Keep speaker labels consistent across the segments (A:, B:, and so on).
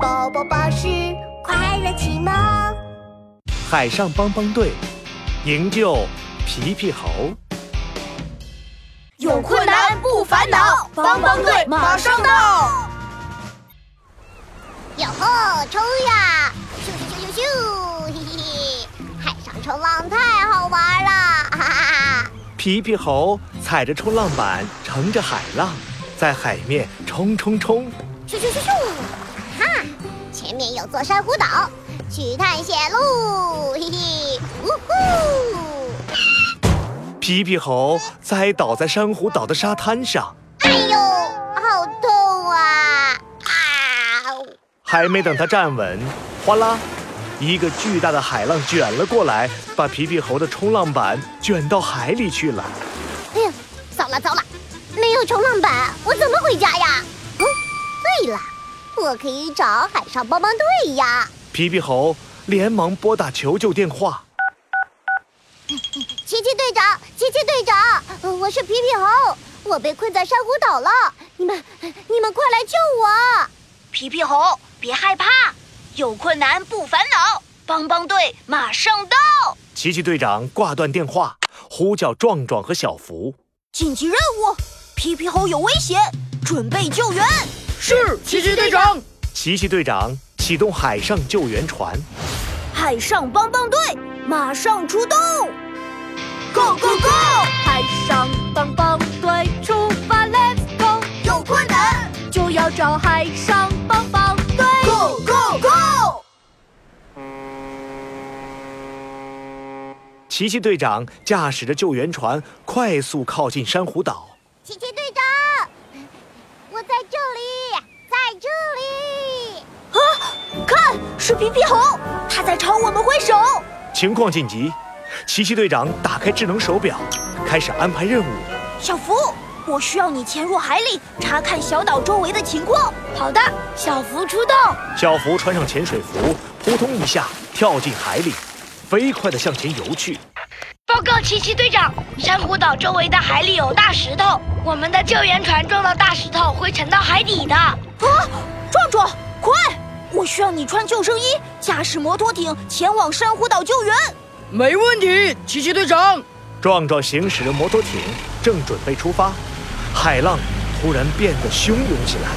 A: 宝宝巴士快乐启蒙。
B: 海上帮帮队营救皮皮猴。
C: 有困难不烦恼，帮帮队马上到。
A: 哟吼，冲呀！咻咻咻咻咻，嘿嘿嘿！海上冲浪太好玩了，哈哈哈！
B: 皮皮猴踩着冲浪板，乘着海浪，在海面冲冲冲。
A: 咻咻咻咻，哈！前面有座珊瑚岛，去探险喽，嘿嘿，呜呼！
B: 皮皮猴栽倒在珊瑚岛的沙滩上，
A: 哎呦，好痛啊！啊！
B: 还没等它站稳，哗啦，一个巨大的海浪卷了过来，把皮皮猴的冲浪板卷到海里去了。
A: 哎呦，糟了糟了，没有冲浪板，我怎么回家呀？哦，对了，我可以找海上帮帮队呀。
B: 皮皮猴连忙拨打求救电话。
A: 奇奇队长，奇奇队长，呃我是皮皮猴，我被困在珊瑚岛了，你们，你们快来救我！
C: 皮皮猴，别害怕，有困难不烦恼，帮帮队马上到。
B: 奇奇队长挂断电话，呼叫壮壮和小福。
C: 紧急任务，皮皮猴有危险，准备救援。是，奇奇队长。
B: 奇奇队长启动海上救援船，
C: 海上帮帮队马上出动，Go Go Go！海上帮帮队出发，Let's go！有困难就要找海上帮帮队，Go Go Go！
B: 奇奇队长驾驶着救援船快速靠近珊瑚岛。
A: 奇奇队长，我在这里，在这里！
C: 看，是皮皮猴，它在朝我们挥手。
B: 情况紧急，奇奇队长打开智能手表，开始安排任务。
C: 小福，我需要你潜入海里查看小岛周围的情况。好的，小福出动。
B: 小福穿上潜水服，扑通一下跳进海里，飞快地向前游去。
D: 报告奇奇队长，珊瑚岛周围的海里有大石头，我们的救援船撞到大石头会沉到海底的。
C: 啊，壮壮，快！我需要你穿救生衣，驾驶摩托艇前往珊瑚岛救援。
E: 没问题，奇奇队长。
B: 壮壮行驶着摩托艇，正准备出发，海浪突然变得汹涌起来，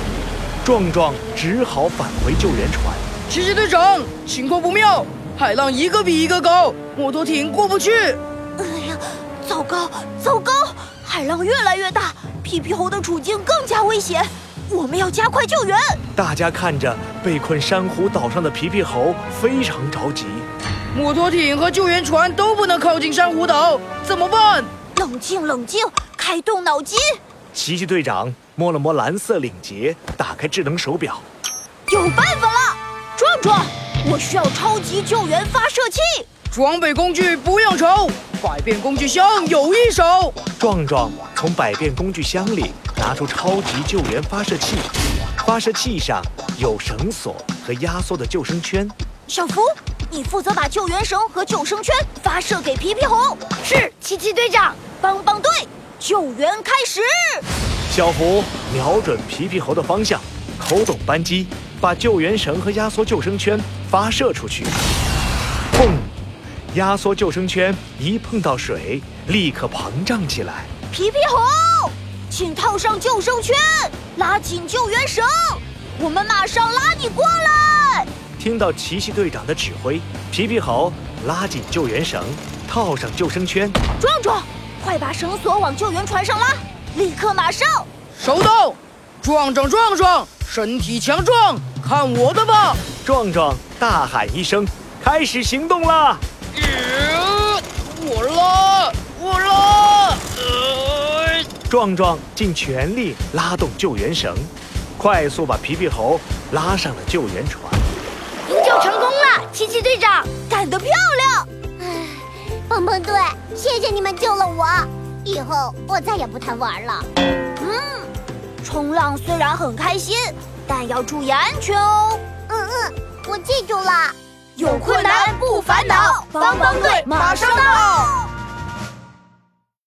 B: 壮壮只好返回救援船。
E: 奇奇队长，情况不妙，海浪一个比一个高，摩托艇过不去。
C: 哎呀，糟糕，糟糕！海浪越来越大，皮皮猴的处境更加危险。我们要加快救援。
B: 大家看着被困珊瑚岛上的皮皮猴，非常着急。
E: 摩托艇和救援船都不能靠近珊瑚岛，怎么办？
C: 冷静，冷静，开动脑筋。
B: 奇奇队长摸了摸蓝色领结，打开智能手表。
C: 有办法了，壮壮，我需要超级救援发射器。
E: 装备工具不用愁，百变工具箱有一手。
B: 壮壮从百变工具箱里拿出超级救援发射器，发射器上有绳索和压缩的救生圈。
C: 小福，你负责把救援绳和救生圈发射给皮皮猴。是，奇奇队长，帮帮队，救援开始。
B: 小福瞄准皮皮猴的方向，扣动扳机，把救援绳和压缩救生圈发射出去。砰！压缩救生圈一碰到水，立刻膨胀起来。
C: 皮皮猴，请套上救生圈，拉紧救援绳，我们马上拉你过来。
B: 听到奇奇队长的指挥，皮皮猴拉紧救援绳，套上救生圈。
C: 壮壮，快把绳索往救援船上拉，立刻马上。
E: 收到。壮壮壮壮，身体强壮，看我的吧！
B: 壮壮大喊一声：“开始行动啦！”
E: 呃我拉，我拉。呃
B: 壮壮尽全力拉动救援绳，快速把皮皮猴拉上了救援船。
D: 营救成功了，奇奇队长。
C: 干得漂亮！
A: 帮帮队，谢谢你们救了我，以后我再也不贪玩了。
C: 冲浪虽然很开心，但要注意安全哦。
A: 嗯嗯，我记住了。
C: 有困难不烦恼，帮帮队马上到。